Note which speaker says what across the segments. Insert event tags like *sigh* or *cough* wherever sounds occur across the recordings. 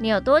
Speaker 1: 你有多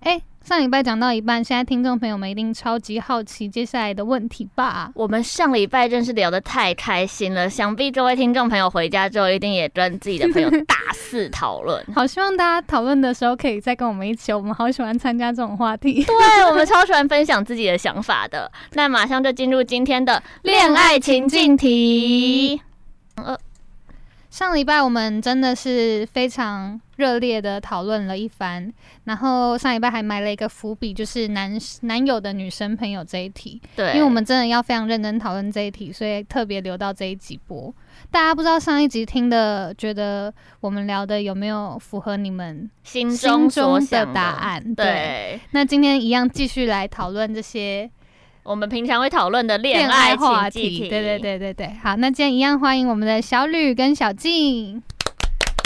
Speaker 2: 哎，上礼拜讲到一半，现在听众朋友们一定超级好奇接下来的问题吧？
Speaker 1: 我们上礼拜真是聊得太开心了，想必各位听众朋友回家之后一定也跟自己的朋友大肆讨 *laughs* 论。
Speaker 2: 好，希望大家讨论的时候可以再跟我们一起，我们好喜欢参加这种话题。
Speaker 1: 对，我们超喜欢分享自己的想法的。那马上就进入今天的恋爱情境题。
Speaker 2: *laughs* 上礼拜我们真的是非常热烈的讨论了一番，然后上礼拜还埋了一个伏笔，就是男男友的女生朋友这一题。
Speaker 1: 对，
Speaker 2: 因为我们真的要非常认真讨论这一题，所以特别留到这一集播。大家不知道上一集听的，觉得我们聊的有没有符合你们？
Speaker 1: 心中所
Speaker 2: 心中
Speaker 1: 想
Speaker 2: 的答案
Speaker 1: 对
Speaker 2: 对那今天一样继续来讨论这些
Speaker 1: 我们平常会讨论的恋爱情
Speaker 2: 话
Speaker 1: 境题。
Speaker 2: 题。对对，对对对，好，那今天一样欢迎我们的小吕跟小静，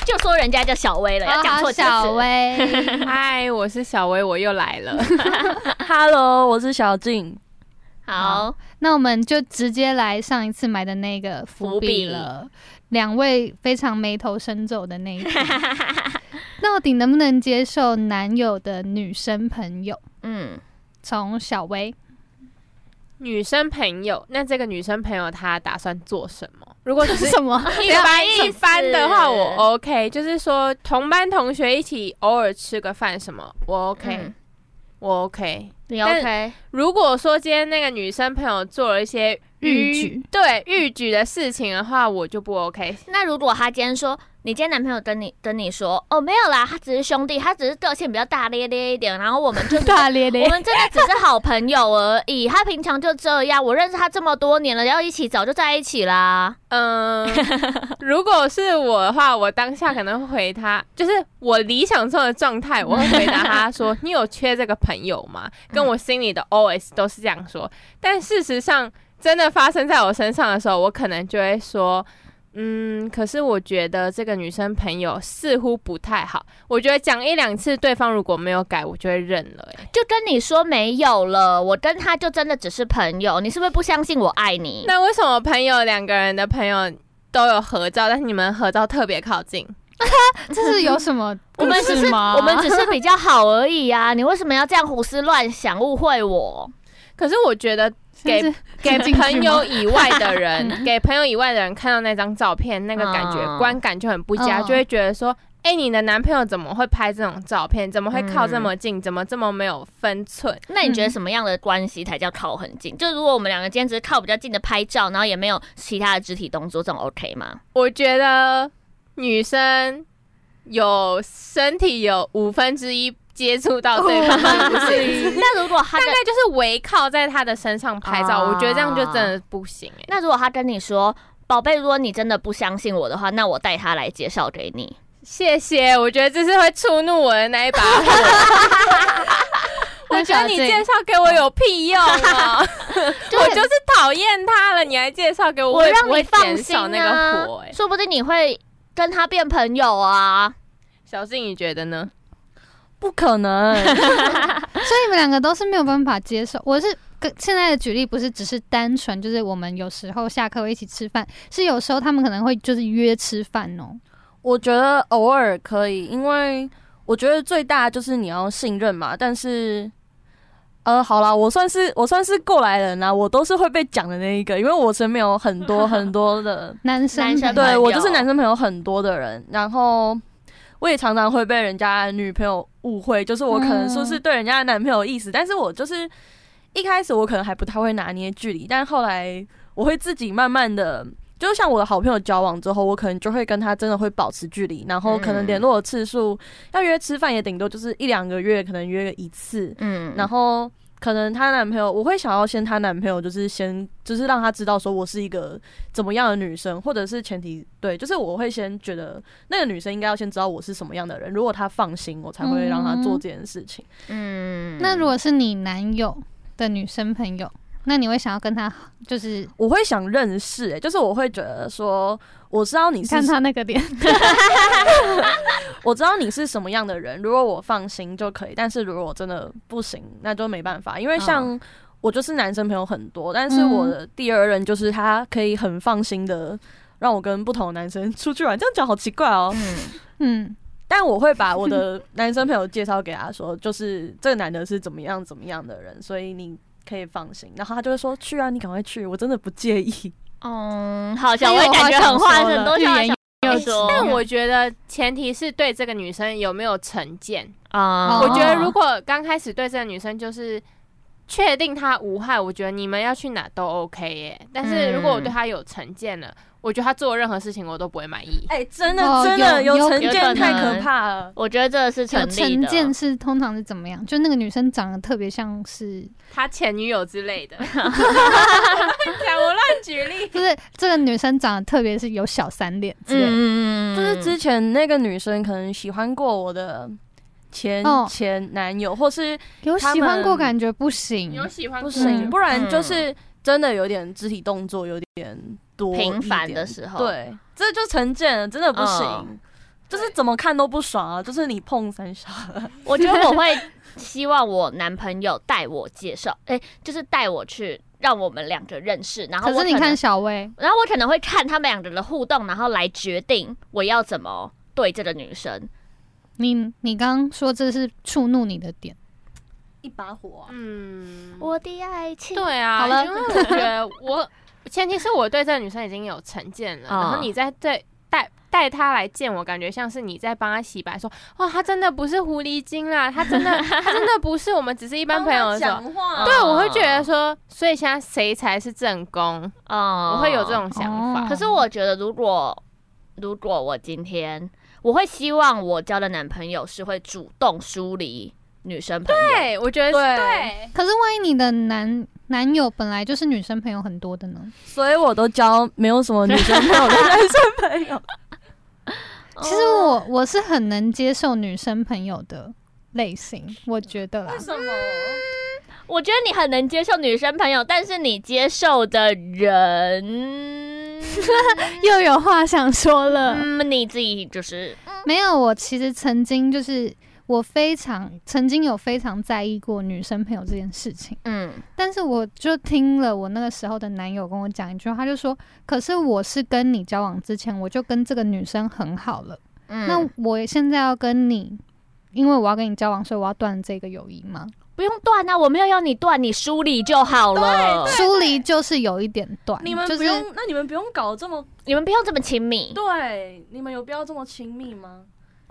Speaker 1: 就说人家叫小薇了，要
Speaker 2: 哦
Speaker 1: 讲
Speaker 2: 好
Speaker 1: 错几个
Speaker 2: 小
Speaker 1: 字。
Speaker 2: 薇。
Speaker 3: *laughs* 嗨，我是小薇，我又来了。Hello，我是小静。
Speaker 1: 好，
Speaker 2: 那我们就直接来上一次埋的那个伏笔了，两位非常眉头深皱的那一 *laughs* 题，到底能不能接受男友的女生朋友？
Speaker 1: 嗯，
Speaker 2: 从小 *laughs* 薇，
Speaker 3: 女生朋友，那这个女生朋友她打算做什么？如果只是
Speaker 2: 什么？
Speaker 3: *laughs* 一般
Speaker 1: 什么
Speaker 3: 一般的话，我
Speaker 1: 意思
Speaker 3: OK，就是说同班同学一起偶尔吃个饭什么，我 OK，、
Speaker 1: 嗯
Speaker 3: 我 OK。
Speaker 1: 你
Speaker 3: 但
Speaker 1: OK？
Speaker 3: 如果说今天那个女生朋友做了一些
Speaker 2: 逾矩，
Speaker 3: 对逾矩的事情的话，我就不 OK。
Speaker 1: 那如果他今天说，你今天男朋友跟你跟你说，哦，没有啦，他只是兄弟，他只是个性比较大咧咧一点，然后我
Speaker 2: *laughs*
Speaker 1: 们就
Speaker 2: 大咧咧
Speaker 1: 我，们真的只是好朋友而已，他平常就这样。我认识他这么多年了，要一起早就在一起啦。
Speaker 3: 嗯，如果是我的话，我当下可能会回他，就是我理想中的状态，我会回答他说：“你有缺这个朋友吗？”跟我心里的 OS 都是这样说。但事实上，真的发生在我身上的时候，我可能就会说：“嗯，可是我觉得这个女生朋友似乎不太好。”我觉得讲一两次，对方如果没有改，我就会认了、欸。
Speaker 1: 就跟你说没有了，我跟他就真的只是朋友，你是不是不相信我爱你？
Speaker 3: 那为什么朋友两个人的朋友都有合照，但是你们合照特别靠近？
Speaker 2: 这是有什么
Speaker 1: 我
Speaker 2: 故
Speaker 1: 们只
Speaker 2: 事
Speaker 1: 是
Speaker 2: 吗？
Speaker 1: 我们只是比较好而已啊！你为什么要这样胡思乱想，误会我？
Speaker 3: 可是我觉得给
Speaker 2: 是
Speaker 3: 给
Speaker 2: 进去吗
Speaker 3: 朋友以外的 *laughs* 人，给朋友以外的人看到那张照片，那个感觉、
Speaker 1: 嗯
Speaker 3: 观感就很不佳，
Speaker 2: 嗯
Speaker 3: 就会觉得说，哎、你的男朋友怎么会拍这种照片？怎么会靠这么近？怎么这么没有分寸？
Speaker 1: 那你觉得什么样的关系才叫靠很近？就如果我们两个今天只是靠比较近的拍照，然后也没有其他的肢体动作，这种 OK
Speaker 3: *laughs*
Speaker 1: 吗？
Speaker 3: 我觉得女生有身体有五分之一接触到对方，不是 *laughs*
Speaker 1: 那如果他
Speaker 3: 大
Speaker 1: 跟
Speaker 3: 概啊就是围靠在他的身上拍照，我觉得这样就真的不行、哎，
Speaker 1: 那如果他跟你说，宝贝，如果你真的不相信我的话，那我带他来介绍给你。
Speaker 3: 谢谢，我觉得这是会触怒我的那一把火。 *laughs* 我觉得你介绍给我有屁用啊！我
Speaker 4: *laughs*
Speaker 3: 就是讨厌他了，你还介绍给我，
Speaker 1: 我
Speaker 3: 会
Speaker 1: 让
Speaker 3: 不
Speaker 1: 你
Speaker 3: 会
Speaker 1: 放
Speaker 3: 减
Speaker 1: 心
Speaker 3: 少
Speaker 1: 啊，
Speaker 3: 那个火、哎，
Speaker 1: 说不定你会跟他变朋友啊。
Speaker 3: 小静，你觉得呢？
Speaker 4: 不可能，
Speaker 3: *laughs*
Speaker 2: 所以你们两个都是没有办法接受。我是跟现在的举例不是只是单纯就是我们有时候下课会一起吃饭，是有时候他们可能会就是约吃饭哦。
Speaker 4: 我觉得偶尔可以，因为我觉得最大就是你要信任嘛。但是，呃，好啦，我算是我算是过来人啦、啊我都是会被讲的那一个，因为我身边有很多很多的，
Speaker 2: 男生
Speaker 1: 男生
Speaker 2: 朋友
Speaker 4: 对
Speaker 1: 友
Speaker 4: 我就是男生朋友很多的人，然后。我也常常会
Speaker 1: 嗯
Speaker 4: 被人家女朋友误会，就是我可能说是对人家的男朋友有意思，但是我就是
Speaker 3: 一开始我可能还不太会拿捏距离，但后来我会自己慢慢的，就像我的好朋友交往之后，我可能就会跟他真的会保持距离，然后可
Speaker 1: 嗯
Speaker 3: 能联络的次数，要约吃饭也顶多就是一两个月，可能约个一次，
Speaker 1: 嗯，
Speaker 3: 然后可能她男朋友，我会想要先她男朋友，就是先就是让她知道说我是一个怎么样的女生，或者是前提对，就是我会先觉得那个女生应该要先知道我是什么样的人，如果她放心，我才会让她做这件事情。
Speaker 1: 嗯，
Speaker 2: 那如果是你男友的女生朋友，那你会想要跟他就是
Speaker 3: 我会想认识、欸，就是我会觉得说我知道你
Speaker 2: 你
Speaker 3: 是
Speaker 2: 看他那个脸，
Speaker 3: 我知道你是什么样的人，如果我放心就可以，但是如果我真的不行，那就没办法。因为像我就是男生朋友很多，但是我的第二任就是他可以很放心的让我跟不同的男生出去玩，这样讲好奇怪 *laughs* 哦。
Speaker 2: *laughs* 嗯，
Speaker 3: 但我会把我的男生朋友介绍给他说，就是这个男的是怎么样怎么样的人，所以你。可以放心，然后他就会说去啊，你赶快去，我真的不介意。
Speaker 1: 嗯，好，小薇感觉很话很多
Speaker 2: 欲
Speaker 1: 想
Speaker 2: 言
Speaker 1: 要
Speaker 2: 又
Speaker 1: 小
Speaker 2: 止。
Speaker 1: 说
Speaker 5: 但我觉得前提是对这个女生有没有成见。 *laughs*
Speaker 1: 啊
Speaker 2: 哦
Speaker 5: 我觉得如果刚开始对这个女生就是确定她无害，我觉得你们要去哪都 OK 耶。但是如果我对她有成见了，我觉得她做任何事情我都不会满 *laughs* 意。
Speaker 3: 哎、真的、
Speaker 2: 哦
Speaker 3: 真的
Speaker 2: 有
Speaker 3: 有
Speaker 2: 有
Speaker 3: 成
Speaker 1: 有可
Speaker 3: 见太可
Speaker 1: 能
Speaker 3: 怕了。
Speaker 1: 我觉得这是成
Speaker 2: 有
Speaker 1: 立
Speaker 2: 成
Speaker 1: 的，
Speaker 2: 见是通常是怎么样？就那个女生长得特别像是，
Speaker 5: 她前女友之 *laughs* 类的，我乱讲，我乱举例。
Speaker 2: 不是这个女生长得特别是有小三脸之类的。
Speaker 1: 嗯嗯嗯，
Speaker 3: 就是之前那个女生可能喜欢过我的前、
Speaker 2: 哦
Speaker 3: 前男友，或是
Speaker 2: 有
Speaker 3: 他
Speaker 2: 喜欢过
Speaker 3: 们
Speaker 2: 感觉不行
Speaker 5: 你，有喜欢
Speaker 3: 不
Speaker 5: 过
Speaker 3: 行，
Speaker 2: 嗯
Speaker 3: 不然就是真的有点肢体动作有点多一点
Speaker 1: 频繁的时候
Speaker 3: 对，这就成见了，真的不行。
Speaker 1: 嗯
Speaker 3: 就是怎么看都不爽啊！就是你碰三下，
Speaker 1: 我觉得我会希望我男朋友带我介绍，哎、就是带我去让我们两个认识，然后
Speaker 2: 可
Speaker 1: 我
Speaker 2: 是你
Speaker 1: 能
Speaker 2: 看小薇，
Speaker 1: 然后我可能会看他们两个人的互动，然后来决定我要怎么对这个女生。
Speaker 2: 你你刚刚说这是触怒你的点，
Speaker 3: 一把火、啊。
Speaker 5: 嗯，
Speaker 1: 我的爱情，
Speaker 5: 对啊，
Speaker 2: 好了
Speaker 5: 因为我觉得我前提是我对这个女生已经有成见了，
Speaker 1: 嗯
Speaker 5: 然后你再对带带她来见我，感觉像是你在帮她洗白，说哇，她真的不是狐狸精啦，她真的她真的不是我们只是一般朋友的时候。
Speaker 3: 话
Speaker 5: 对，我会觉得说，所以现在谁才是正宫？
Speaker 1: 哦
Speaker 5: 我会有这。种想法。
Speaker 2: 哦
Speaker 1: 可是我觉得，如果如果我今天，我会希望我交的男朋友是会主动疏离女生朋友。
Speaker 5: 对，我觉得
Speaker 3: 对
Speaker 5: 对，
Speaker 2: 可是万一你的男男友本来就是女生朋友很多的呢？
Speaker 3: 所以我都交没有什么女生朋友的男生朋 *laughs* 友。哦
Speaker 2: 其实我我是很能接受女生朋友的类型，我觉得啦。
Speaker 3: 什么？
Speaker 1: 我觉得你很能接受女生朋友，但是你接受的
Speaker 5: *laughs*
Speaker 1: 人，
Speaker 2: 又有话想说了，
Speaker 1: 嗯，你自己就是
Speaker 2: 没有，我其实曾经就是我非常曾经有非常在意过女生朋友这件事情，
Speaker 1: 嗯
Speaker 2: 但是我就听了我那个时候的男友跟我讲一句话，他就说：“可是我是跟你交往之前，我就跟这个女生很好了，
Speaker 1: 嗯，
Speaker 2: 那我现在要跟你，因为我要跟你交往，所以我要断这个友谊吗？
Speaker 1: 不用断啊，我没有要你断，你梳理就好了。
Speaker 2: 疏离就是有一点断，
Speaker 3: 你们
Speaker 2: 就是
Speaker 3: 不用，那你们不用搞这么
Speaker 1: 你们不用这么亲密，
Speaker 3: 对，你们有必要这么亲密吗？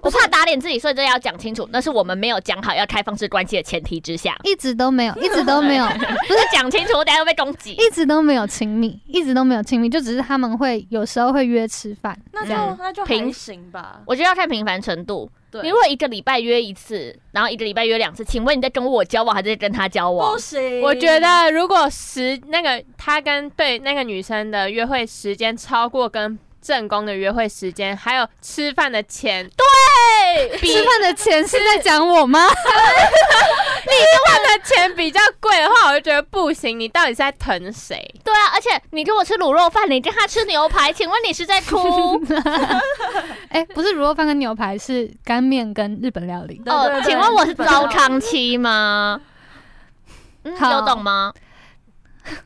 Speaker 1: 我怕打脸自己，所以这要讲清楚。那是我们没有讲好要开放式关系的前提之下，
Speaker 2: 一直都没有，一直都没有，
Speaker 1: 不是讲清楚，我等下会被攻击。
Speaker 2: *laughs* 一直都没有亲密，一直都没有亲密，就只是他们会有时候会约吃饭，
Speaker 3: 那就、
Speaker 1: 嗯
Speaker 3: 那就还
Speaker 1: 平
Speaker 3: 行吧。
Speaker 1: 我觉得要看频繁程度。
Speaker 3: 对，
Speaker 1: 你如果一个礼拜约一次，然后一个礼拜约两次，请问你在跟我交往还是在跟他交往
Speaker 3: 不？行，
Speaker 5: 我觉得如果时那个他跟对那个女生的约会时间超过跟正宫的约会时间，还有吃饭的钱，
Speaker 1: 对，
Speaker 5: 比
Speaker 2: 吃饭的钱是在讲我吗？
Speaker 5: 那钱比较贵的话，我就觉得不行。你到底是在疼谁？
Speaker 1: 对啊，而且你跟我吃卤肉饭，你跟他吃牛排，请问你是在哭？
Speaker 2: 哎、不是卤肉饭跟牛排，是干面跟日本料理。
Speaker 3: 对
Speaker 1: 哦
Speaker 3: 对，对
Speaker 1: 请问我是
Speaker 3: 日本人
Speaker 1: 糟糠妻吗？嗯，
Speaker 2: 好
Speaker 1: 有懂吗？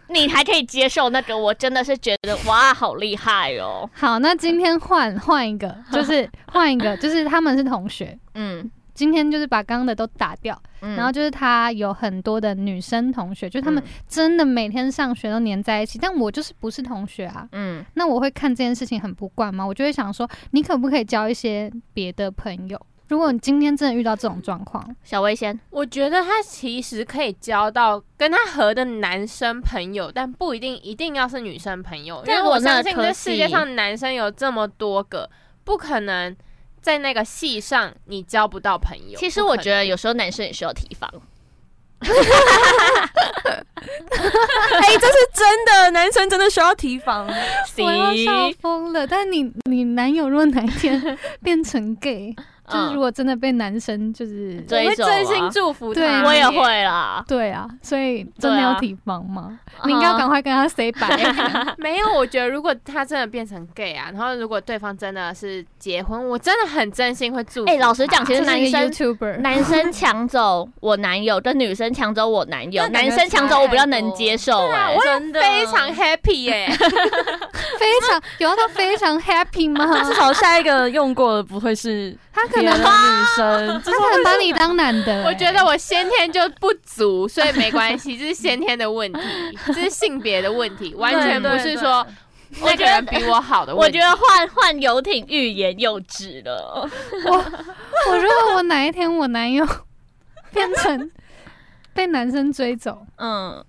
Speaker 1: 你还可以接受那个，我真的是觉得哇，好厉害哦。
Speaker 2: 好，那今天换换一个，就是换一个，就是他们是同学。
Speaker 1: 嗯，
Speaker 2: 今天就是把刚刚的都打掉，
Speaker 1: 嗯
Speaker 2: 然后就是他有很多的女生同学，就是他们
Speaker 1: 嗯
Speaker 2: 真的每天上学都黏在一起，但我就是不是同学啊。
Speaker 1: 嗯
Speaker 2: 那我会看这件事情很不惯吗？我就会想说，你可不可以交一些别的朋友？如果你今天真的遇到这种状况，
Speaker 1: 小薇先，
Speaker 5: 我觉得他其实可以交到跟他合的男生朋友，但不一定一定要是女生朋友。
Speaker 1: 但
Speaker 5: 因为
Speaker 1: 我
Speaker 5: 我
Speaker 1: 真的
Speaker 5: 相信
Speaker 1: 可
Speaker 5: 这世界
Speaker 1: 惜
Speaker 5: 上男生有这么多个，不可能在那个戏上你交不到朋友。
Speaker 1: 其实
Speaker 5: 不可
Speaker 1: 我觉得
Speaker 5: 能
Speaker 1: 有时候男生也需要提防，
Speaker 3: 哎、这是真的，男生真的需要提防。
Speaker 2: 我要笑
Speaker 5: 行
Speaker 2: 疯了。但你你男友若哪一天变成 gay，就是
Speaker 1: 嗯，
Speaker 2: 如果真的被男生就是
Speaker 1: 追
Speaker 5: 我会
Speaker 1: 走啊
Speaker 5: 真心祝福他
Speaker 2: 对
Speaker 5: 耶。
Speaker 1: 我也会 *laughs* 啦。
Speaker 2: 对啊，所以真的
Speaker 1: 对
Speaker 2: 要
Speaker 1: 啊
Speaker 2: 提防吗？你应该要赶快跟他 say bye。
Speaker 5: *laughs* 没有，我觉得如果他真的变成 gay 啊，然后如果对方真的是结婚，我真的很真心会祝福他。
Speaker 1: 哎老实讲其实
Speaker 2: 这是一个
Speaker 1: 男
Speaker 2: YouTuber，
Speaker 1: 男生抢走我男友，跟女生抢走我男友，
Speaker 3: 那感
Speaker 1: 男
Speaker 3: 觉
Speaker 1: 生抢走我比较能接受、
Speaker 5: 对啊
Speaker 1: 哎
Speaker 5: 我
Speaker 3: 真的
Speaker 5: 非常 happy 耶、
Speaker 2: 非常有要到非常 happy
Speaker 3: *laughs*
Speaker 2: 吗？
Speaker 3: 至少下一个用过的不会是
Speaker 2: 他可
Speaker 3: *laughs* 别
Speaker 2: 能
Speaker 3: 的女生，
Speaker 2: 他可能把你当男的欸、
Speaker 5: *laughs* 我觉得我先天就不足，所以没关系，这是先天的问题，这是性别的问 *laughs* 题，完全不是说
Speaker 1: 我
Speaker 5: 那
Speaker 1: 觉
Speaker 5: 个人
Speaker 1: 得。
Speaker 5: 比我好的
Speaker 1: 我
Speaker 5: 问
Speaker 1: 觉
Speaker 5: 题。
Speaker 1: 得换换游艇欲言又止了，
Speaker 2: *laughs* 我如果我哪一天我男友 *laughs* 变成 *laughs* 被男生追走，
Speaker 1: 嗯，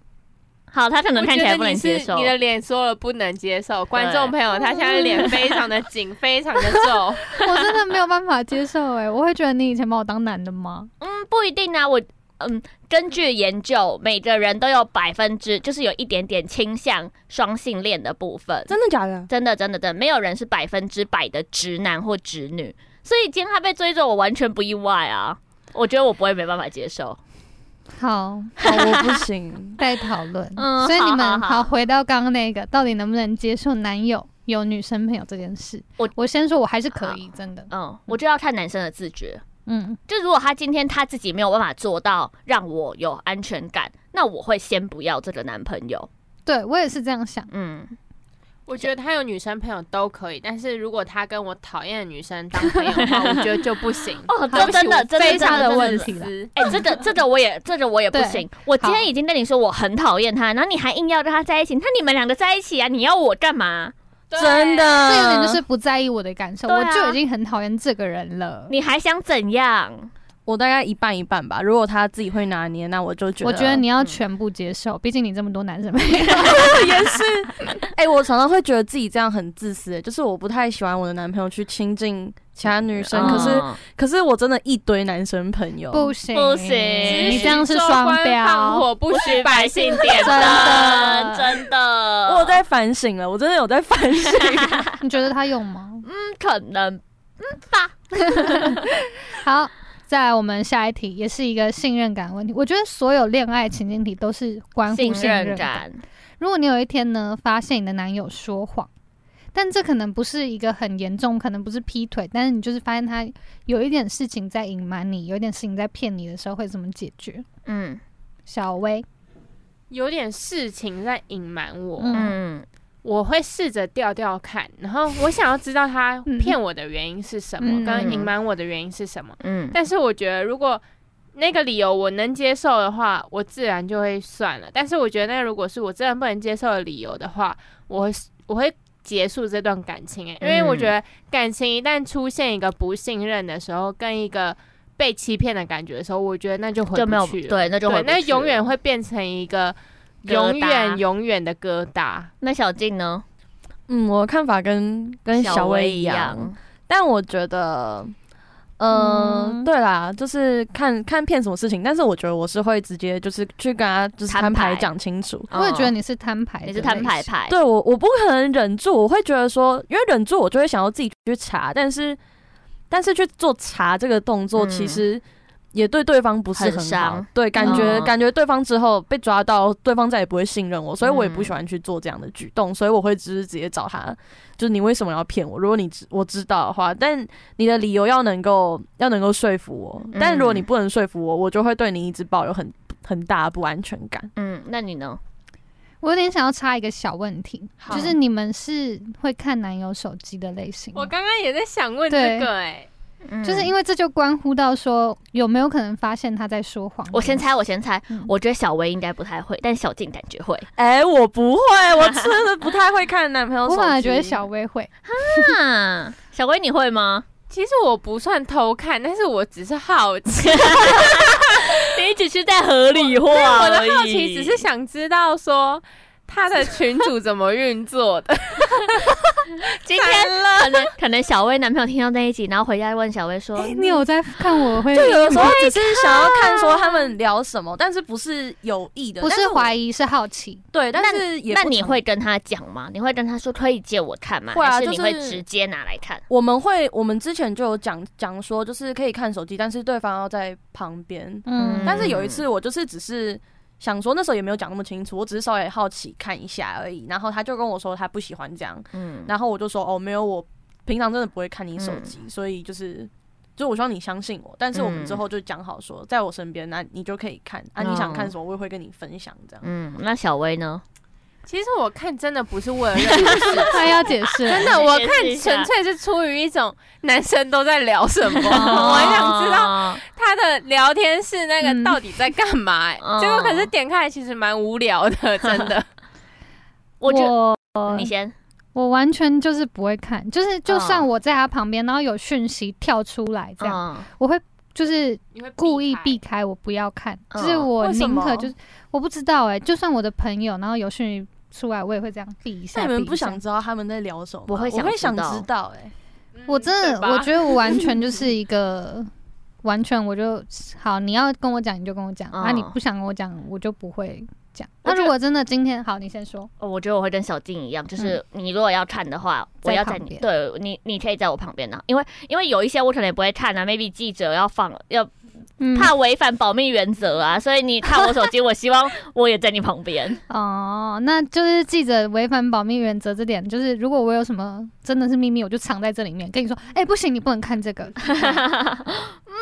Speaker 1: 好，他可能看起来不能接受
Speaker 5: 你。的脸说了不能接受，观众朋友，他现在脸非常的 *laughs* 紧，非常的皱。
Speaker 2: 我真的没有办法接受哎、我会觉得你以前把我当男的吗？
Speaker 1: 嗯，不一定啊，我嗯，根据研究，每个人都有百分之，就是有一点点倾向双性恋的部分。
Speaker 3: 真的假的？
Speaker 1: 真的真的真的，没有人是百分之百的直男或直女，所以今天他被追着，我完全不意外啊。我觉得我不会没办法接受，
Speaker 2: 好，，
Speaker 3: 好我不行 *laughs*
Speaker 2: 待讨论。
Speaker 1: 嗯
Speaker 2: 所以你们
Speaker 1: 好好好
Speaker 2: 回到刚刚那个，到底能不能接受男友有女生朋友这件事？
Speaker 1: 我
Speaker 2: 我先说，我还是可以，真的。
Speaker 1: 嗯，我就要看男生的自觉。
Speaker 2: 嗯，
Speaker 1: 就如果他今天他自己没有办法做到让我有安全感，那我会先不要这个男朋友。
Speaker 2: 对我也是这样想。
Speaker 1: 嗯，
Speaker 5: 我觉得他有女生朋友都可以，但是如果他跟我讨厌的女生当朋友的话，我觉得就不行。
Speaker 1: 哦，
Speaker 5: 对
Speaker 1: 这
Speaker 5: 不起
Speaker 1: 真的
Speaker 5: 我
Speaker 1: 真的
Speaker 5: *laughs* 非
Speaker 1: 真
Speaker 5: 常
Speaker 1: 的
Speaker 2: 真
Speaker 5: 的
Speaker 2: 的
Speaker 5: 问
Speaker 2: 是
Speaker 5: 题
Speaker 2: 啦
Speaker 1: 哎、这个这个我也这个我也不
Speaker 2: 对
Speaker 1: 行。我今天已经跟你说我很讨厌他，然后你还硬要跟他在一起，那你们两个在一起啊？你要我干嘛？
Speaker 3: 真
Speaker 2: 这
Speaker 3: 的，
Speaker 2: 有点就是不在意我的感受，
Speaker 1: 对啊
Speaker 2: 我就已经很讨厌这个人了。
Speaker 1: 你还想怎样？
Speaker 3: 我大概一半一半吧。如果他自己会拿捏，那我就觉得，
Speaker 2: 我觉得你嗯要全部接受，毕竟你这么多男生朋友。
Speaker 3: 也是。 *laughs* 哎、我常常会觉得自己这样很自私、就是我不太喜欢我的男朋友去亲近其他女生，
Speaker 2: 嗯
Speaker 3: 可是可是我真的一堆男生朋友，
Speaker 2: *laughs* 不行，
Speaker 1: 不行
Speaker 2: 你这样是双
Speaker 5: 放
Speaker 2: 标。
Speaker 5: 火不许百姓
Speaker 1: 点
Speaker 2: 真的
Speaker 1: 真的，
Speaker 3: 我有在反省了，我真的有在反省。
Speaker 2: 你觉得他有吗？
Speaker 1: 嗯可能
Speaker 2: 好，再来我们下一题，也是一个信任感问题。我觉得所有恋爱情境题都是关乎
Speaker 1: 信
Speaker 2: 信
Speaker 1: 任
Speaker 2: 任
Speaker 1: 感，
Speaker 2: 如果你有一天呢，发现你的男友说谎，但这可能不是一个很严重，可能不是劈腿，但是你就是发现他有一点事情在隐瞒你，有一点事情在骗你的时候，会怎么解决？
Speaker 1: 嗯
Speaker 2: 小薇，
Speaker 5: 有点事情在隐瞒我。
Speaker 2: 嗯
Speaker 1: 嗯
Speaker 5: 我会试着调调看，然后我想要知道他
Speaker 1: 嗯
Speaker 5: 骗我的原因是什么，
Speaker 2: 嗯
Speaker 5: 跟隐瞒我的原因是什么。
Speaker 1: 嗯，
Speaker 5: 但是我觉得，如果那个理由我能接受的话，我自然就会算了。但是我觉得，那如果是我真的不能接受的理由的话，我会我会结束这段感情、欸，因为
Speaker 1: 嗯
Speaker 5: 我觉得感情一旦出现一个不信任的时候，跟一个被欺骗的感觉的时候，我觉得那就回
Speaker 1: 就没有
Speaker 5: 不去了
Speaker 1: 对，那就回
Speaker 5: 对，
Speaker 1: 不
Speaker 5: 那
Speaker 1: 去
Speaker 5: 永远
Speaker 1: 了
Speaker 5: 会变成一个
Speaker 1: 疙瘩
Speaker 5: 永远永远的疙瘩。
Speaker 1: 那小静呢？
Speaker 3: *laughs* 嗯，我的看法跟跟小薇
Speaker 1: 一
Speaker 3: 一样，，但我觉得，呃，
Speaker 2: 嗯
Speaker 3: 对啦，就是看看骗什么事情，但是我觉得我是会直接就是去跟他就是
Speaker 1: 摊
Speaker 3: 摊牌
Speaker 1: 牌
Speaker 3: 讲清楚。
Speaker 2: 我也觉得
Speaker 1: 嗯
Speaker 2: 你是摊牌的
Speaker 1: 你
Speaker 2: 类型，
Speaker 1: 是摊牌牌，
Speaker 3: 对我，我不可能忍住，我会觉得说，因为忍住我就会想要自己去查，但是但是去做查这个动作，
Speaker 1: 嗯
Speaker 3: 其实也对对方不是
Speaker 1: 很
Speaker 3: 很好，
Speaker 1: 伤
Speaker 3: 对，感觉、
Speaker 1: 嗯
Speaker 3: 感觉对方之后被抓到，对方再也不会信任我，所以我也
Speaker 1: 嗯
Speaker 3: 不喜欢去做这样的举动，所以我会只是直接找他，就是你为什么要骗我？如果你知我知道的话，但你的理由要能够要能够说服我，但如果你
Speaker 1: 嗯
Speaker 3: 不能说服我，我就会对你一直抱有很很大的不安全感。
Speaker 1: 嗯，那你呢？
Speaker 2: 我有点想要插一个小问题，
Speaker 5: 好
Speaker 2: 就是你们是会看男友手机的类型吗
Speaker 5: 我刚刚也在想问
Speaker 2: 对
Speaker 5: 这个、欸，
Speaker 2: 就是因
Speaker 1: 为
Speaker 2: 为这就关乎到说有没有可能发现他在说谎。
Speaker 1: 我先猜，我先猜
Speaker 2: 嗯，
Speaker 1: 我觉得小薇应该不太会，但小静感觉会。 *laughs*
Speaker 3: 哎、我不会，我真的不太会看男朋友
Speaker 2: 我
Speaker 3: 手机。
Speaker 2: 反而觉得小薇会，
Speaker 1: 啊小薇你会吗？
Speaker 5: 其实我不算偷看，但是我只是好 *laughs* 奇，
Speaker 1: 你只是在合理化
Speaker 5: 我的
Speaker 1: 而已。
Speaker 5: 好奇只是想知道说他的群主怎么运作的。
Speaker 1: 今天可能可能小薇男朋友听到那一集，然后回家问小薇说：“
Speaker 2: 你有在看我会
Speaker 3: 就有的时候只是想要看说他们聊什么，但是不是有意的，
Speaker 2: 不
Speaker 3: 但
Speaker 2: 是
Speaker 3: 我
Speaker 2: 怀疑是好奇，
Speaker 3: 对，但是也
Speaker 1: 那
Speaker 3: 不
Speaker 1: 你
Speaker 3: 常
Speaker 1: 会跟他讲吗？你会跟他说可以借我看吗？
Speaker 3: 会啊
Speaker 1: 还是
Speaker 3: 就
Speaker 1: 你
Speaker 3: 是
Speaker 1: 会直接拿来看？
Speaker 3: 我们会，我们之前就有讲讲说，就是可以看手机，但是对方要在旁边。
Speaker 1: 嗯
Speaker 2: 嗯，
Speaker 3: 但是有一次，我就是只是想说，那时候也没有讲那么清楚，我只是稍微好奇看一下而已。然后他就跟我说他不喜欢这样，
Speaker 1: 嗯，
Speaker 3: 然后我就说哦，没有，我平常真的不会看你手机，所以就是。就我希望你相信我，但是我们
Speaker 1: 嗯
Speaker 3: 之后就讲好说，在我身边，那你就可以看啊，你想看什么我也会跟你分享这样。
Speaker 1: 嗯，那小薇呢？
Speaker 5: *laughs* 其实我看真的不是为了认识 *laughs* 谁，
Speaker 2: 他要解释了
Speaker 5: 真的我看
Speaker 1: 解释一下
Speaker 5: 纯粹是出于一种男生都在聊什 *laughs* 么，我很想知道
Speaker 1: 道，
Speaker 5: 他的聊天室那个
Speaker 2: 嗯
Speaker 5: 到底在干嘛、欸
Speaker 1: 嗯
Speaker 5: 结果可是点开来其实蛮无聊的，真 *laughs* 的。
Speaker 1: 我就
Speaker 2: 我
Speaker 1: 你先，
Speaker 2: 我完全就是不会看，就是就算
Speaker 1: 嗯
Speaker 2: 我在他旁边，然后有讯息跳出来这样，
Speaker 1: 嗯
Speaker 2: 我会就是
Speaker 5: 你会
Speaker 2: 故意避开，我不要看，
Speaker 1: 嗯
Speaker 2: 就是我
Speaker 3: 为什
Speaker 2: 宁
Speaker 3: 么
Speaker 2: 可就是我不知道哎、就算我的朋友然后有讯息出来，我也会这样避一下。
Speaker 3: 那你们
Speaker 2: 避一
Speaker 3: 不
Speaker 2: 下
Speaker 3: 想知道他们在聊什么吗？
Speaker 1: 我会想
Speaker 3: 我会想
Speaker 1: 知道
Speaker 3: 知道、哎，
Speaker 5: 嗯
Speaker 2: 我真的，我觉得我完全就是一个，完全我就好，你要跟我讲你就跟我讲，啊，
Speaker 1: 嗯
Speaker 2: 你不想跟我讲我就不会讲。
Speaker 1: 我
Speaker 2: 那
Speaker 1: 觉得
Speaker 2: 如果真的今天好，你先说，
Speaker 1: 哦我觉得我会跟小静一样，就是你如果要看的话，我
Speaker 2: 在
Speaker 1: 要在
Speaker 2: 旁
Speaker 1: 你
Speaker 2: 边
Speaker 1: 对你，你可以在我旁边呢、啊因为因为有一些我可能也不会看啊，maybe 记者要放要
Speaker 2: 嗯
Speaker 1: 怕违反保密原则啊，所以你看我手机，我希望我也在你旁边。
Speaker 2: 哦，那就是记者违反保密原则这点，就是如果我有什么真的是秘密，我就藏在这里面，跟你说，哎、不行，你不能看这个。嗯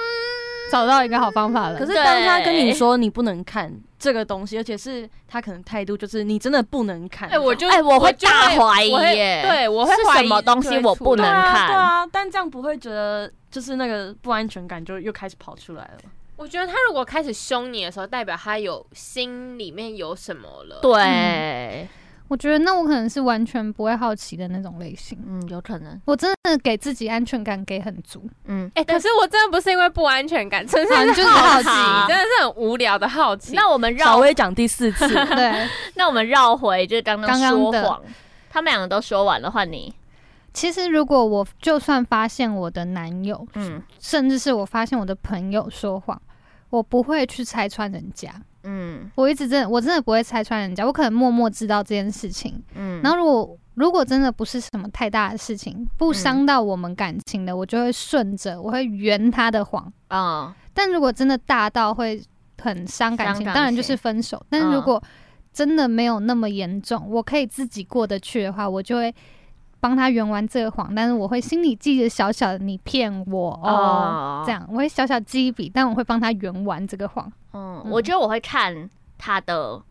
Speaker 2: 找到一个好方法了，
Speaker 3: 可是当他跟
Speaker 1: 对
Speaker 3: 你说你不能看这个东西，而且是他可能态度就是你真的不能看，
Speaker 5: 哎、我就
Speaker 1: 哎我会
Speaker 5: 就
Speaker 1: 大怀疑
Speaker 5: 我会
Speaker 1: 耶
Speaker 5: 对，我会
Speaker 1: 是
Speaker 5: 怀疑
Speaker 1: 什么东西
Speaker 5: 对
Speaker 1: 我
Speaker 5: 出
Speaker 1: 不能
Speaker 3: 对啊
Speaker 1: 看
Speaker 3: 对啊，但这样不会觉得就是那个不安全感就又开始跑出来了。
Speaker 5: 我觉得他如果开始凶你的时候，代表他有心里面有什么了。
Speaker 1: 对，
Speaker 2: 我觉得那我可能是完全不会好奇的那种类型，
Speaker 1: 嗯，有可能，
Speaker 2: 我真的给自己安全感给很
Speaker 1: *laughs*
Speaker 2: 足，
Speaker 1: 嗯。
Speaker 5: 哎、可是我真的不是因为不安全感，纯
Speaker 2: 啊
Speaker 5: 粹
Speaker 2: 你就
Speaker 5: 是
Speaker 2: 是
Speaker 5: 好
Speaker 2: 好
Speaker 5: 奇，
Speaker 1: 奇
Speaker 5: 真的是很无聊的好奇。
Speaker 1: 那我们
Speaker 3: 小
Speaker 1: 绕
Speaker 3: 薇讲第四次，
Speaker 2: 对。
Speaker 1: 那我们绕回就是刚刚
Speaker 2: 刚刚
Speaker 1: 说
Speaker 2: 的
Speaker 1: 谎，他们两个都说完了，换你。
Speaker 2: 其实，如果我就算发现我的男友，
Speaker 1: 嗯
Speaker 2: 甚至是我发现我的朋友说谎，我不会去拆穿人家。
Speaker 1: 嗯
Speaker 2: 我一直真的，我真的不会拆穿人家，我可能默默知道这件事情。
Speaker 1: 嗯，
Speaker 2: 然后，如果如果真的不是什么太大的事情，
Speaker 1: 嗯
Speaker 2: 不伤到我们感情的，我就会顺着，我会圆他的谎。
Speaker 1: 啊、
Speaker 2: 但如果真的大到会很伤感
Speaker 1: 伤
Speaker 2: 情，
Speaker 1: 感情
Speaker 2: 当然就是分手。但是如果真的没有那么严
Speaker 1: 嗯
Speaker 2: 重，我可以自己过得去的话，我就会帮他圆完这个谎。但是我会心里记着小小的你骗我哦，
Speaker 1: 哦
Speaker 2: 这，样我会小小记一笔，但我会帮他圆完这个谎。
Speaker 1: 嗯，
Speaker 2: 嗯
Speaker 1: 我觉得我会看他的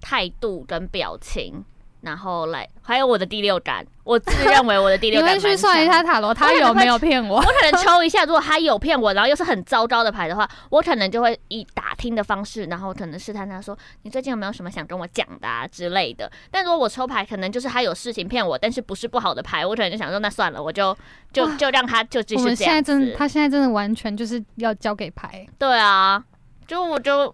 Speaker 1: 态度跟表情，然后来还有我的第六感，我自认为我的第
Speaker 2: 你
Speaker 1: 六感
Speaker 2: 会
Speaker 1: 蛮
Speaker 2: 去算一
Speaker 1: 强
Speaker 2: 下
Speaker 1: 的。
Speaker 2: 塔罗，他有没有骗我
Speaker 1: *laughs* 我？可能抽一下，如果他有骗我，然后又是很糟糕的牌的话，我可能就会以打听的方式，然后可能试探他说：“你最近有没有什么想跟我讲的啊之类的。”但如果我抽牌，可能就是他有事情骗我，但是不是不好的牌，我可能就想说：“那算了，我就就
Speaker 2: 哇
Speaker 1: 就让他就继
Speaker 2: 我
Speaker 1: 续
Speaker 2: 们
Speaker 1: 这
Speaker 2: 现在
Speaker 1: 样
Speaker 2: 真
Speaker 1: 子
Speaker 2: 的，。他现在真的完全就是要交给牌。”
Speaker 1: 对啊，就我就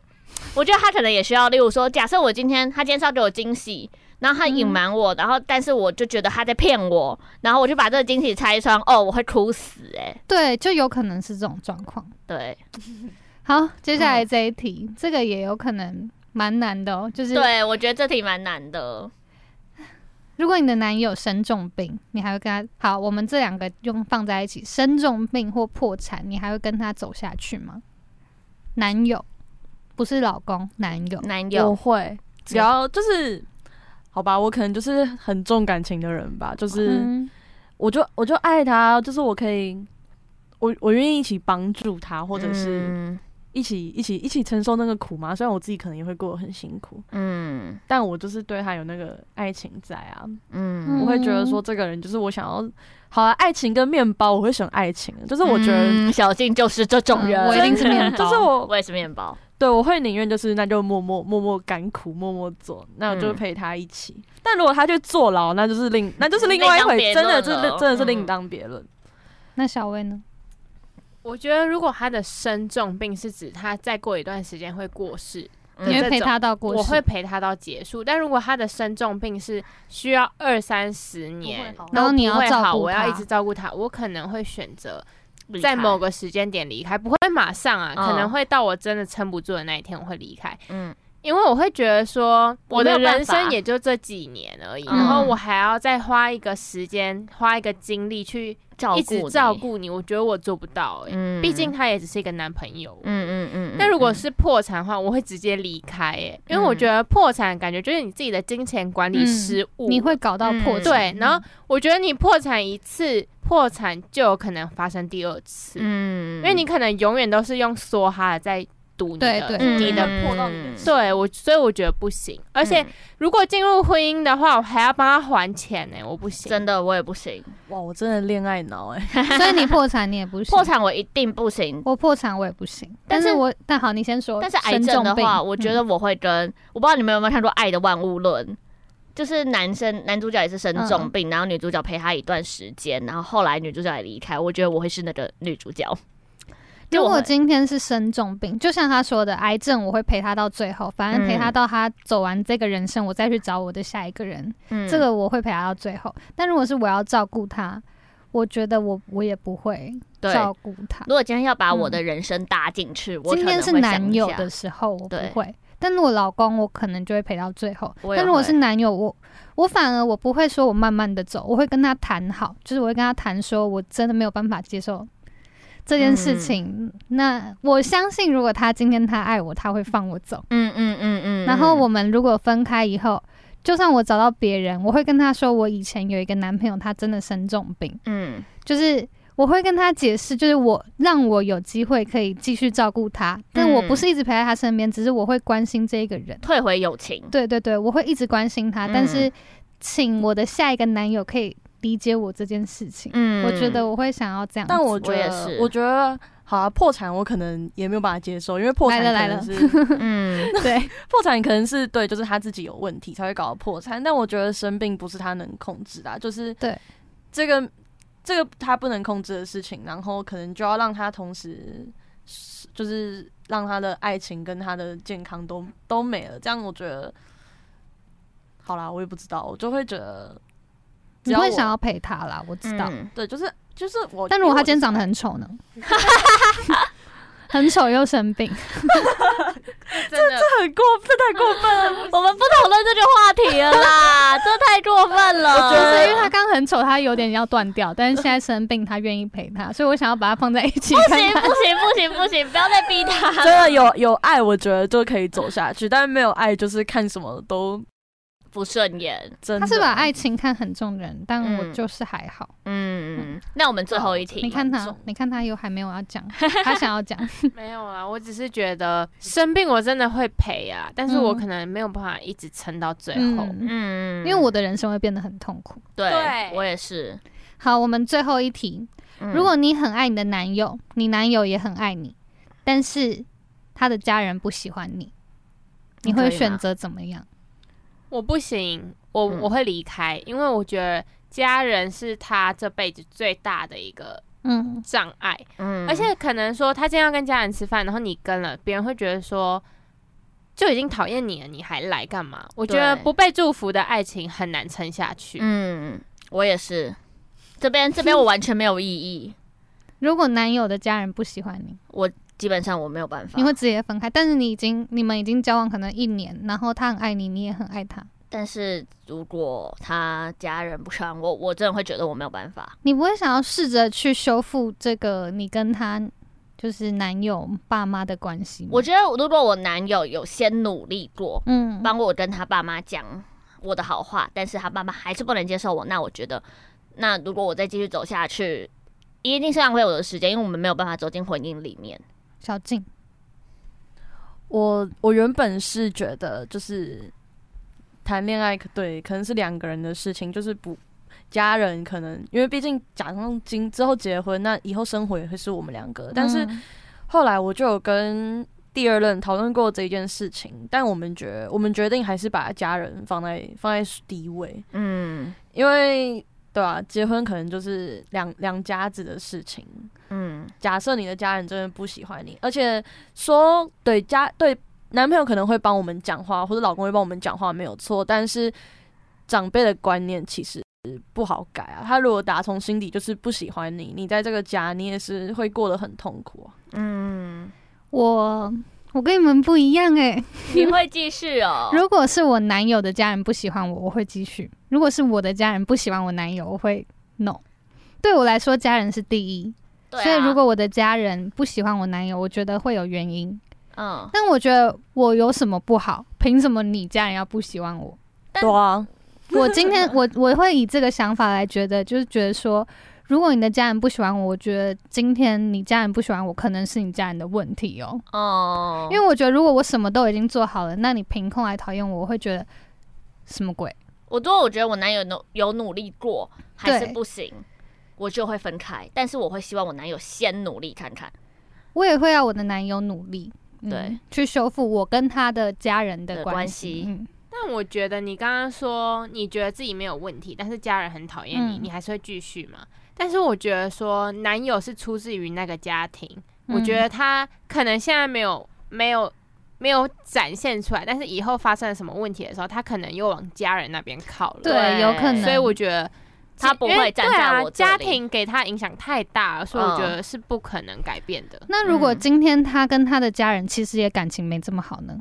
Speaker 1: 我觉得他可能也需要，例如说，假设我今天他今天是要给我惊喜。然后他隐瞒我，然后但是我就觉得他在骗我，然后我就把这个惊喜拆穿，哦，我会哭死哎、欸
Speaker 2: 对，就有可能是这种状况。
Speaker 1: 对
Speaker 2: 好，接下
Speaker 1: 嗯
Speaker 2: 来这一题，这个也有可能蛮难的哦，就是
Speaker 1: 对，我觉得这题蛮难的。
Speaker 2: 如果你的男友生重病，你还会跟他好？我们这两个用放在一起，生重病或破产，你还会跟他走下去吗？男友不是老公，男友
Speaker 1: 男
Speaker 3: 我
Speaker 1: 友，
Speaker 3: 会，只要就是好吧，我可能就是很重感情的人吧，就是
Speaker 2: 嗯
Speaker 3: 我就我就爱他，啊就是我可以。我我愿意一起帮助他，或者是
Speaker 1: 嗯
Speaker 3: 一起、一起一起承受那个苦嘛。虽然我自己可能也会过得很辛苦，
Speaker 1: 嗯
Speaker 3: 但我就是对他有那个爱情在啊。
Speaker 1: 嗯
Speaker 3: 我会觉得说这个人就是我想要，好了、爱情跟面包，我会选爱情，啊就是我觉得。
Speaker 1: 嗯小静就是这种人，
Speaker 2: 嗯我一定是面
Speaker 3: 就
Speaker 2: 包
Speaker 3: 是
Speaker 1: *laughs*
Speaker 3: 我，
Speaker 1: 我也是面包。
Speaker 3: 对我会宁愿就是那就默默默默甘苦，默默做，那我就
Speaker 1: 嗯
Speaker 3: 陪他一起。但如果他去坐牢，那就是另那就是另
Speaker 1: 另
Speaker 3: 外一
Speaker 1: 当
Speaker 3: 回
Speaker 1: 别，
Speaker 3: 真的
Speaker 1: 论
Speaker 3: 是
Speaker 1: 了
Speaker 3: 真的是
Speaker 1: 嗯
Speaker 3: 另当别论。
Speaker 2: 那小薇呢？
Speaker 5: 我觉得如果他的生重病是指他再过一段时间会过世，
Speaker 1: 嗯
Speaker 2: 你会
Speaker 5: 这种
Speaker 2: 陪他到过世？
Speaker 5: 我会陪他到结束。但如果他的生重病是需要二三十
Speaker 3: 不
Speaker 5: 年
Speaker 3: 会好，
Speaker 2: 然后你要
Speaker 5: 不会
Speaker 2: 照
Speaker 5: 好，
Speaker 2: 顾
Speaker 5: 我要一
Speaker 2: 他
Speaker 5: 直照顾他，我可能会选择
Speaker 1: 离
Speaker 5: 在
Speaker 1: 开
Speaker 5: 某个时间点离开，不会马上啊，
Speaker 1: 嗯
Speaker 5: 可能会到我真的撑不住的那一天我会离开，
Speaker 1: 嗯
Speaker 5: 因为我会觉得说
Speaker 1: 我
Speaker 5: 我
Speaker 1: 没有
Speaker 5: 的
Speaker 1: 办
Speaker 5: 人
Speaker 1: 法
Speaker 5: 生也就这几年而已，
Speaker 1: 嗯
Speaker 5: 然后我还要再花一个时间、花一个精力去
Speaker 1: 照顾
Speaker 5: 一直
Speaker 1: 你
Speaker 5: 照，顾你，我觉得我做不到、欸，
Speaker 1: 嗯
Speaker 5: 毕竟他也只是一个男朋友。
Speaker 1: 嗯嗯嗯，
Speaker 5: 那如果
Speaker 1: 嗯
Speaker 5: 是破产的话，我会直接离开、欸，因
Speaker 1: 嗯
Speaker 5: 为我觉得破产感觉就是你自己的金钱管理
Speaker 2: 嗯
Speaker 5: 失误，
Speaker 2: 你会搞到破
Speaker 1: 嗯
Speaker 2: 产。
Speaker 5: 对，然后我觉得你破产一次，破产就有可能发生第二次，
Speaker 1: 嗯，
Speaker 5: 因为你可能永远都是用梭哈的在赌你的，
Speaker 2: 对对
Speaker 5: 你的。
Speaker 3: 破到你的
Speaker 1: 嗯
Speaker 5: 对我，所以我觉得不行。而且
Speaker 1: 嗯
Speaker 5: 如果进入婚姻的话，我还要帮他还钱呢、我不行。
Speaker 1: 真的我也不行，
Speaker 3: 哇，我真的恋爱脑
Speaker 1: 嗯
Speaker 3: 哎、
Speaker 2: *laughs* 所以你破产你也不
Speaker 1: *laughs*
Speaker 2: 行，
Speaker 1: 破产我一定不行。
Speaker 2: 我破产我也不行。
Speaker 1: 但
Speaker 2: 但
Speaker 1: 是
Speaker 2: 是我但好，你先说。
Speaker 1: 但是癌
Speaker 2: 生
Speaker 1: 症的
Speaker 2: 重病
Speaker 1: 话，我觉
Speaker 2: 嗯
Speaker 1: 得我会跟、我不知道你们有没有看过《爱的万物论》，就是男生男主角也是生重
Speaker 2: 嗯
Speaker 1: 病，然后女主角陪他一段时间，然后后来女主角也离开。我觉得我会是那个女主角。就
Speaker 2: 如
Speaker 1: 我
Speaker 2: 果
Speaker 1: 会
Speaker 2: 今天是生重病，就像他说的，癌症我会陪他到最后，反正陪他
Speaker 1: 嗯
Speaker 2: 到他走完这个人生，我再去找我的下一个人，
Speaker 1: 嗯
Speaker 2: 这个我会陪他到最后。但如果是我要照顾他，我觉得我我也不会
Speaker 1: 对。
Speaker 2: 照顾他
Speaker 1: 如。果今天要把我的人生搭进去，我
Speaker 2: 嗯
Speaker 1: 可
Speaker 2: 今
Speaker 1: 能
Speaker 2: 天
Speaker 1: 会
Speaker 2: 是
Speaker 1: 想
Speaker 2: 男
Speaker 1: 一
Speaker 2: 友
Speaker 1: 下
Speaker 2: 的时候，我不
Speaker 1: 对
Speaker 2: 会；但如果老公，我可能就会陪到最后。
Speaker 1: 我也
Speaker 2: 但如果
Speaker 1: 会
Speaker 2: 是男友，我我反而我不会说我慢慢的走，我会跟他谈好，就是我会跟他谈说，我真的没有办法接受这件事
Speaker 1: 嗯
Speaker 2: 情。那我相信，如果他今天他爱我，他会放我走。
Speaker 1: 嗯嗯嗯嗯，
Speaker 2: 然后
Speaker 1: 嗯
Speaker 2: 我们如果分开以后，就算我找到别人，我会跟他说，我以前有一个男朋友，他真的生重病。
Speaker 1: 嗯
Speaker 2: 就是我会跟他解释，就是我让我有机会可以继续照顾他，但我不是一直陪在他身边，只是我会关心这一个人。
Speaker 1: 退回友情，
Speaker 2: 对对对，我会一直关心他，
Speaker 1: 嗯
Speaker 2: 但是请我的下一个男友可以理解我这件事情。
Speaker 1: 嗯
Speaker 2: 我觉得我会想要这样子，
Speaker 3: 但我觉
Speaker 1: 我也
Speaker 3: 得，
Speaker 1: 是
Speaker 3: 我觉得好啊，破产我可能也没有办法接受，因为破产
Speaker 2: 来了
Speaker 3: 可能
Speaker 2: 来 *laughs*
Speaker 3: 是
Speaker 1: 嗯
Speaker 2: 对
Speaker 3: 破产可能是对，就是他自己有问题才会搞到破产。但我觉得生病不是他能控制的啊、就是
Speaker 2: 对
Speaker 3: 这个这个他不能控制的事情，然后可能就要让他同时就是让他的爱情跟他的健康都都没了。这样我觉得，好啦，我也不知道，我就会觉得只
Speaker 2: 你
Speaker 3: 要我
Speaker 2: 会想要陪他啦，我知道。
Speaker 1: 嗯
Speaker 3: 对，就是就是我。
Speaker 2: 但如果他今天长得
Speaker 3: 因为
Speaker 2: 很丑呢？很丑又生病，
Speaker 5: 真
Speaker 2: *laughs*
Speaker 5: 的，
Speaker 3: 我很过，这 *laughs* 太过分了。
Speaker 1: 我们不讨论这个话题了
Speaker 2: *laughs*
Speaker 1: 啦，这太过分了。
Speaker 2: 就是因为他刚很丑，他有点要断掉，但是现在生病，他愿意陪他，所以我想要把他放在一起
Speaker 1: 不
Speaker 2: 看
Speaker 1: 行
Speaker 2: 看。
Speaker 1: 不行不行不行，不要再逼他
Speaker 2: *laughs*
Speaker 3: 真
Speaker 1: 了。
Speaker 3: 的有有爱，我觉得就可以走下去，但没有爱就是看什么都
Speaker 1: 不顺眼。
Speaker 3: 真的。
Speaker 2: 他是把爱情看很重的人，但
Speaker 1: 嗯
Speaker 2: 我就是还好。
Speaker 1: 嗯，那我们最后一题，
Speaker 2: 你看
Speaker 3: 蛮
Speaker 2: 他
Speaker 3: 重，
Speaker 2: 你看他又还没有要讲，他想要讲，
Speaker 5: 没有啦，我只是觉得生病我真的会陪啊，但是我
Speaker 2: 嗯
Speaker 5: 可能没有办法一直撑到最后。
Speaker 2: 嗯，
Speaker 1: 嗯
Speaker 2: 因为我的人生会变得很痛苦。
Speaker 1: 对
Speaker 5: 对
Speaker 1: 我也是。
Speaker 2: 好，我们最后一题，
Speaker 1: 嗯
Speaker 2: 如果你很爱你的男友，你男友也很爱你，但是他的家人不喜欢你，你
Speaker 1: 可
Speaker 2: 会
Speaker 1: 以吗
Speaker 2: 选择怎么样？
Speaker 5: 我不行，我
Speaker 1: 嗯
Speaker 5: 我会离开，因为我觉得家人是他这辈子最大的一个
Speaker 2: 嗯，
Speaker 5: 障碍，
Speaker 1: 嗯
Speaker 5: 而且可能说他今天要跟家人吃饭，然后你跟了，别人会觉得说就已经讨厌你了，你还来干嘛？我觉得
Speaker 1: 对
Speaker 5: 不被祝福的爱情很难撑下去。
Speaker 1: 嗯，我也是。这边这边我完全没有异议，
Speaker 2: 如果男友的家人不喜欢你，
Speaker 1: 基本上我没有办法
Speaker 2: 你。会直接分开，但是你已经你们已经交往可能一年，然后他很爱你，你也很爱他，
Speaker 1: 但是如果他家人不喜欢我，我真的会觉得我没有办法。
Speaker 2: 你不会想要试着去修复这个你跟他就是男友爸妈的关系吗？
Speaker 1: 我觉得如果我男友有先努力过，
Speaker 2: 嗯，
Speaker 1: 帮我跟他爸妈讲我的好话，但是他爸妈还是不能接受我，那我觉得，那如果我再继续走下去，一定是浪费我的时间，因为我们没有办法走进婚姻里面。
Speaker 2: 小静，
Speaker 3: 我我原本是觉得就是谈恋爱可对，可能是两个人的事情，就是不家人可能因为毕竟假装今之后结婚，那以后生活也会是我们两个。但是
Speaker 2: 嗯
Speaker 3: 后来我就有跟第二任讨论过这一件事情，但我们决我们决定还是把家人放在放在第一位，
Speaker 1: 嗯
Speaker 3: 因为。对吧、结婚可能就是两两家子的事情。
Speaker 1: 嗯，
Speaker 3: 假设你的家人真的不喜欢你，而且说对家对男朋友可能会帮我们讲话，或者老公会帮我们讲话，没有错。但是长辈的观念其实不好改啊。他如果打从心底就是不喜欢你，你在这个家你也是会过得很痛苦、啊。
Speaker 1: 嗯，
Speaker 2: 我我跟你们不一样哎、。
Speaker 1: 你会继续哦
Speaker 2: 如果是我男友的家人不喜欢我，我会继续；如果是我的家人不喜欢我男友，我会 no。对我来说，家人是第一，
Speaker 1: 对啊
Speaker 2: 所以如果我的家人不喜欢我男友，我觉得会有原因。
Speaker 1: 嗯，
Speaker 2: 但我觉得我有什么不好？凭什么你家人要不喜欢我？
Speaker 1: 但
Speaker 3: 对啊，
Speaker 1: *laughs*
Speaker 2: 我今天我我会以这个想法来觉得，就是觉得说，如果你的家人不喜欢我，我觉得今天你家人不喜欢我，可能是你家人的问题哦。
Speaker 1: 哦，
Speaker 2: 因为我觉得如果我什么都已经做好了，那你凭空来讨厌我，我会觉得什么鬼？
Speaker 1: 我如果我觉得我男友努有努力过，还是
Speaker 2: 对
Speaker 1: 不行，我就会分开。但是我会希望我男友先努力看看。
Speaker 2: 我也会要我的男友努力，嗯
Speaker 1: 对，
Speaker 2: 去修复我跟他的家人的
Speaker 1: 的
Speaker 2: 关
Speaker 1: 关
Speaker 2: 系
Speaker 1: 系。
Speaker 2: 嗯，
Speaker 5: 但我觉得你刚刚说你觉得自己没有问题，但是家人很讨厌你，
Speaker 2: 嗯
Speaker 5: 你还是会继续嘛？但是我觉得说男友是出自于那个家庭，
Speaker 2: 嗯
Speaker 5: 我觉得他可能现在没有没有没有展现出来，但是以后发生了什么问题的时候，他可能又往家人那边靠了。
Speaker 2: 对，
Speaker 1: 对
Speaker 2: 有可能。
Speaker 5: 所以我觉得
Speaker 1: 他不会
Speaker 5: 因为
Speaker 1: 站在
Speaker 5: 对啊
Speaker 1: 我这里
Speaker 5: 家庭给他影响太大了，所以我觉得是不可能改变的。
Speaker 2: 那如果
Speaker 1: 嗯
Speaker 2: 今天他跟他的家人其实也感情没这么好呢？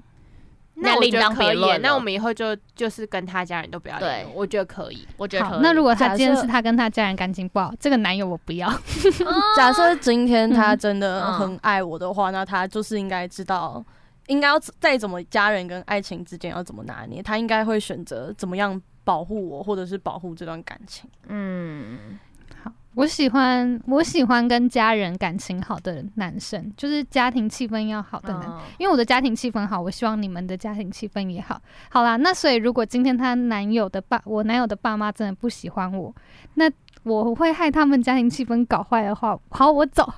Speaker 1: 那
Speaker 5: 我觉
Speaker 1: 另
Speaker 5: 得
Speaker 1: 当
Speaker 5: 可
Speaker 1: 别
Speaker 5: 以
Speaker 1: 论
Speaker 5: 耶，
Speaker 1: 了
Speaker 5: 那我们以后就就是跟他家人都不要联络
Speaker 1: 对
Speaker 5: 我觉得可以。
Speaker 1: 我觉得可
Speaker 2: 好，
Speaker 1: 以。
Speaker 2: 那如果他
Speaker 3: 假
Speaker 2: 今天
Speaker 3: 设
Speaker 2: 是他跟他家人感情不好，这个男友我不要。
Speaker 3: 假设今天他真的
Speaker 1: 嗯
Speaker 3: 很爱我的话，那他就是应该知道，应该要再怎么家人跟爱情之间要怎么拿捏，他应该会选择怎么样保护我，或者是保护这段感情。
Speaker 1: 嗯，
Speaker 2: 好，我喜欢我喜欢跟家人感情好的男生，就是家庭气氛要好的男
Speaker 1: 嗯
Speaker 2: 因为我的家庭气氛好，我希望你们的家庭气氛也好。好啦，那所以如果今天她男友的爸，我男友的爸妈真的不喜欢我，那我会害他们家庭气氛搞坏的话，好，我走。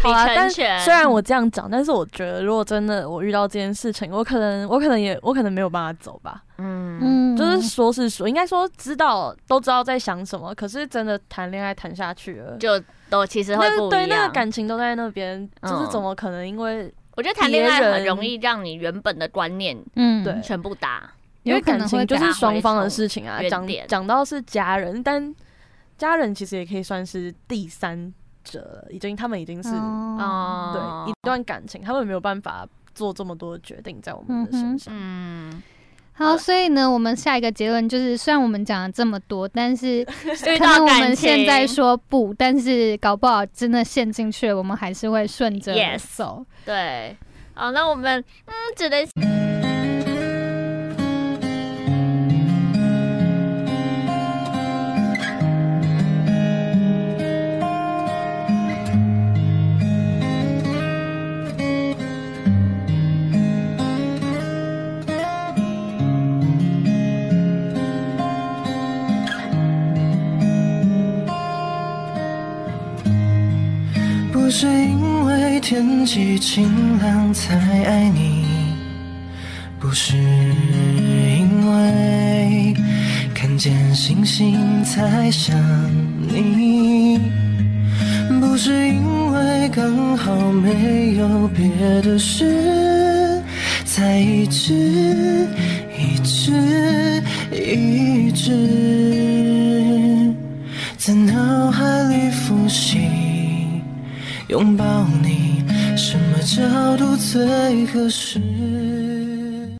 Speaker 3: 好
Speaker 2: 啊
Speaker 3: 啦，但
Speaker 1: 成全
Speaker 3: 虽然我这样讲，但是我觉得如果真的我遇到这件事情，我可能我可能也我可能没有办法走吧。
Speaker 1: 嗯，
Speaker 2: 嗯，
Speaker 3: 就是说是说，应该说知道都知道在想什么，可是真的谈恋爱谈下去了，
Speaker 1: 就都其实会
Speaker 3: 那
Speaker 1: 不
Speaker 3: 个对
Speaker 1: 一
Speaker 3: 那个
Speaker 1: 样。
Speaker 3: 感情都在那边，就是
Speaker 1: 嗯
Speaker 3: 怎么可能因为
Speaker 1: 我觉得谈恋爱
Speaker 3: 别人
Speaker 1: 很容易让你原本的观念
Speaker 2: 嗯，
Speaker 3: 对
Speaker 1: 全部打。
Speaker 3: 因为
Speaker 2: 有可
Speaker 3: 感
Speaker 2: 能
Speaker 3: 情
Speaker 2: 会
Speaker 3: 就
Speaker 2: 打
Speaker 3: 是双方的事情啊，
Speaker 1: 原
Speaker 3: 讲
Speaker 1: 点
Speaker 3: 讲到是家人，但家人其实也可以算是第三者了，已经他们已经是、嗯
Speaker 2: 哦，
Speaker 1: 哦，
Speaker 3: 对一段感情，他们没有办法做这么多的决定在我们的
Speaker 2: 嗯
Speaker 3: 身
Speaker 2: 哼
Speaker 3: 上。
Speaker 1: 嗯，
Speaker 2: 好，所以呢，我们下一个结论就是，虽然我们讲了这么多，但是
Speaker 1: 遇
Speaker 2: *laughs* 可能
Speaker 1: 到
Speaker 2: 我
Speaker 1: 感
Speaker 2: 们
Speaker 1: 情
Speaker 2: 现在说不，但是搞不好真的陷进去了，我们还是会顺着
Speaker 1: Yes
Speaker 2: 走。
Speaker 1: 对，好，那我们嗯，只能
Speaker 6: 不是因为天气晴朗才爱你，不是因为看见星星才想你，不是因为刚好没有别的事，才一直一直一直在脑海里复习。拥抱你，什么角度最合适？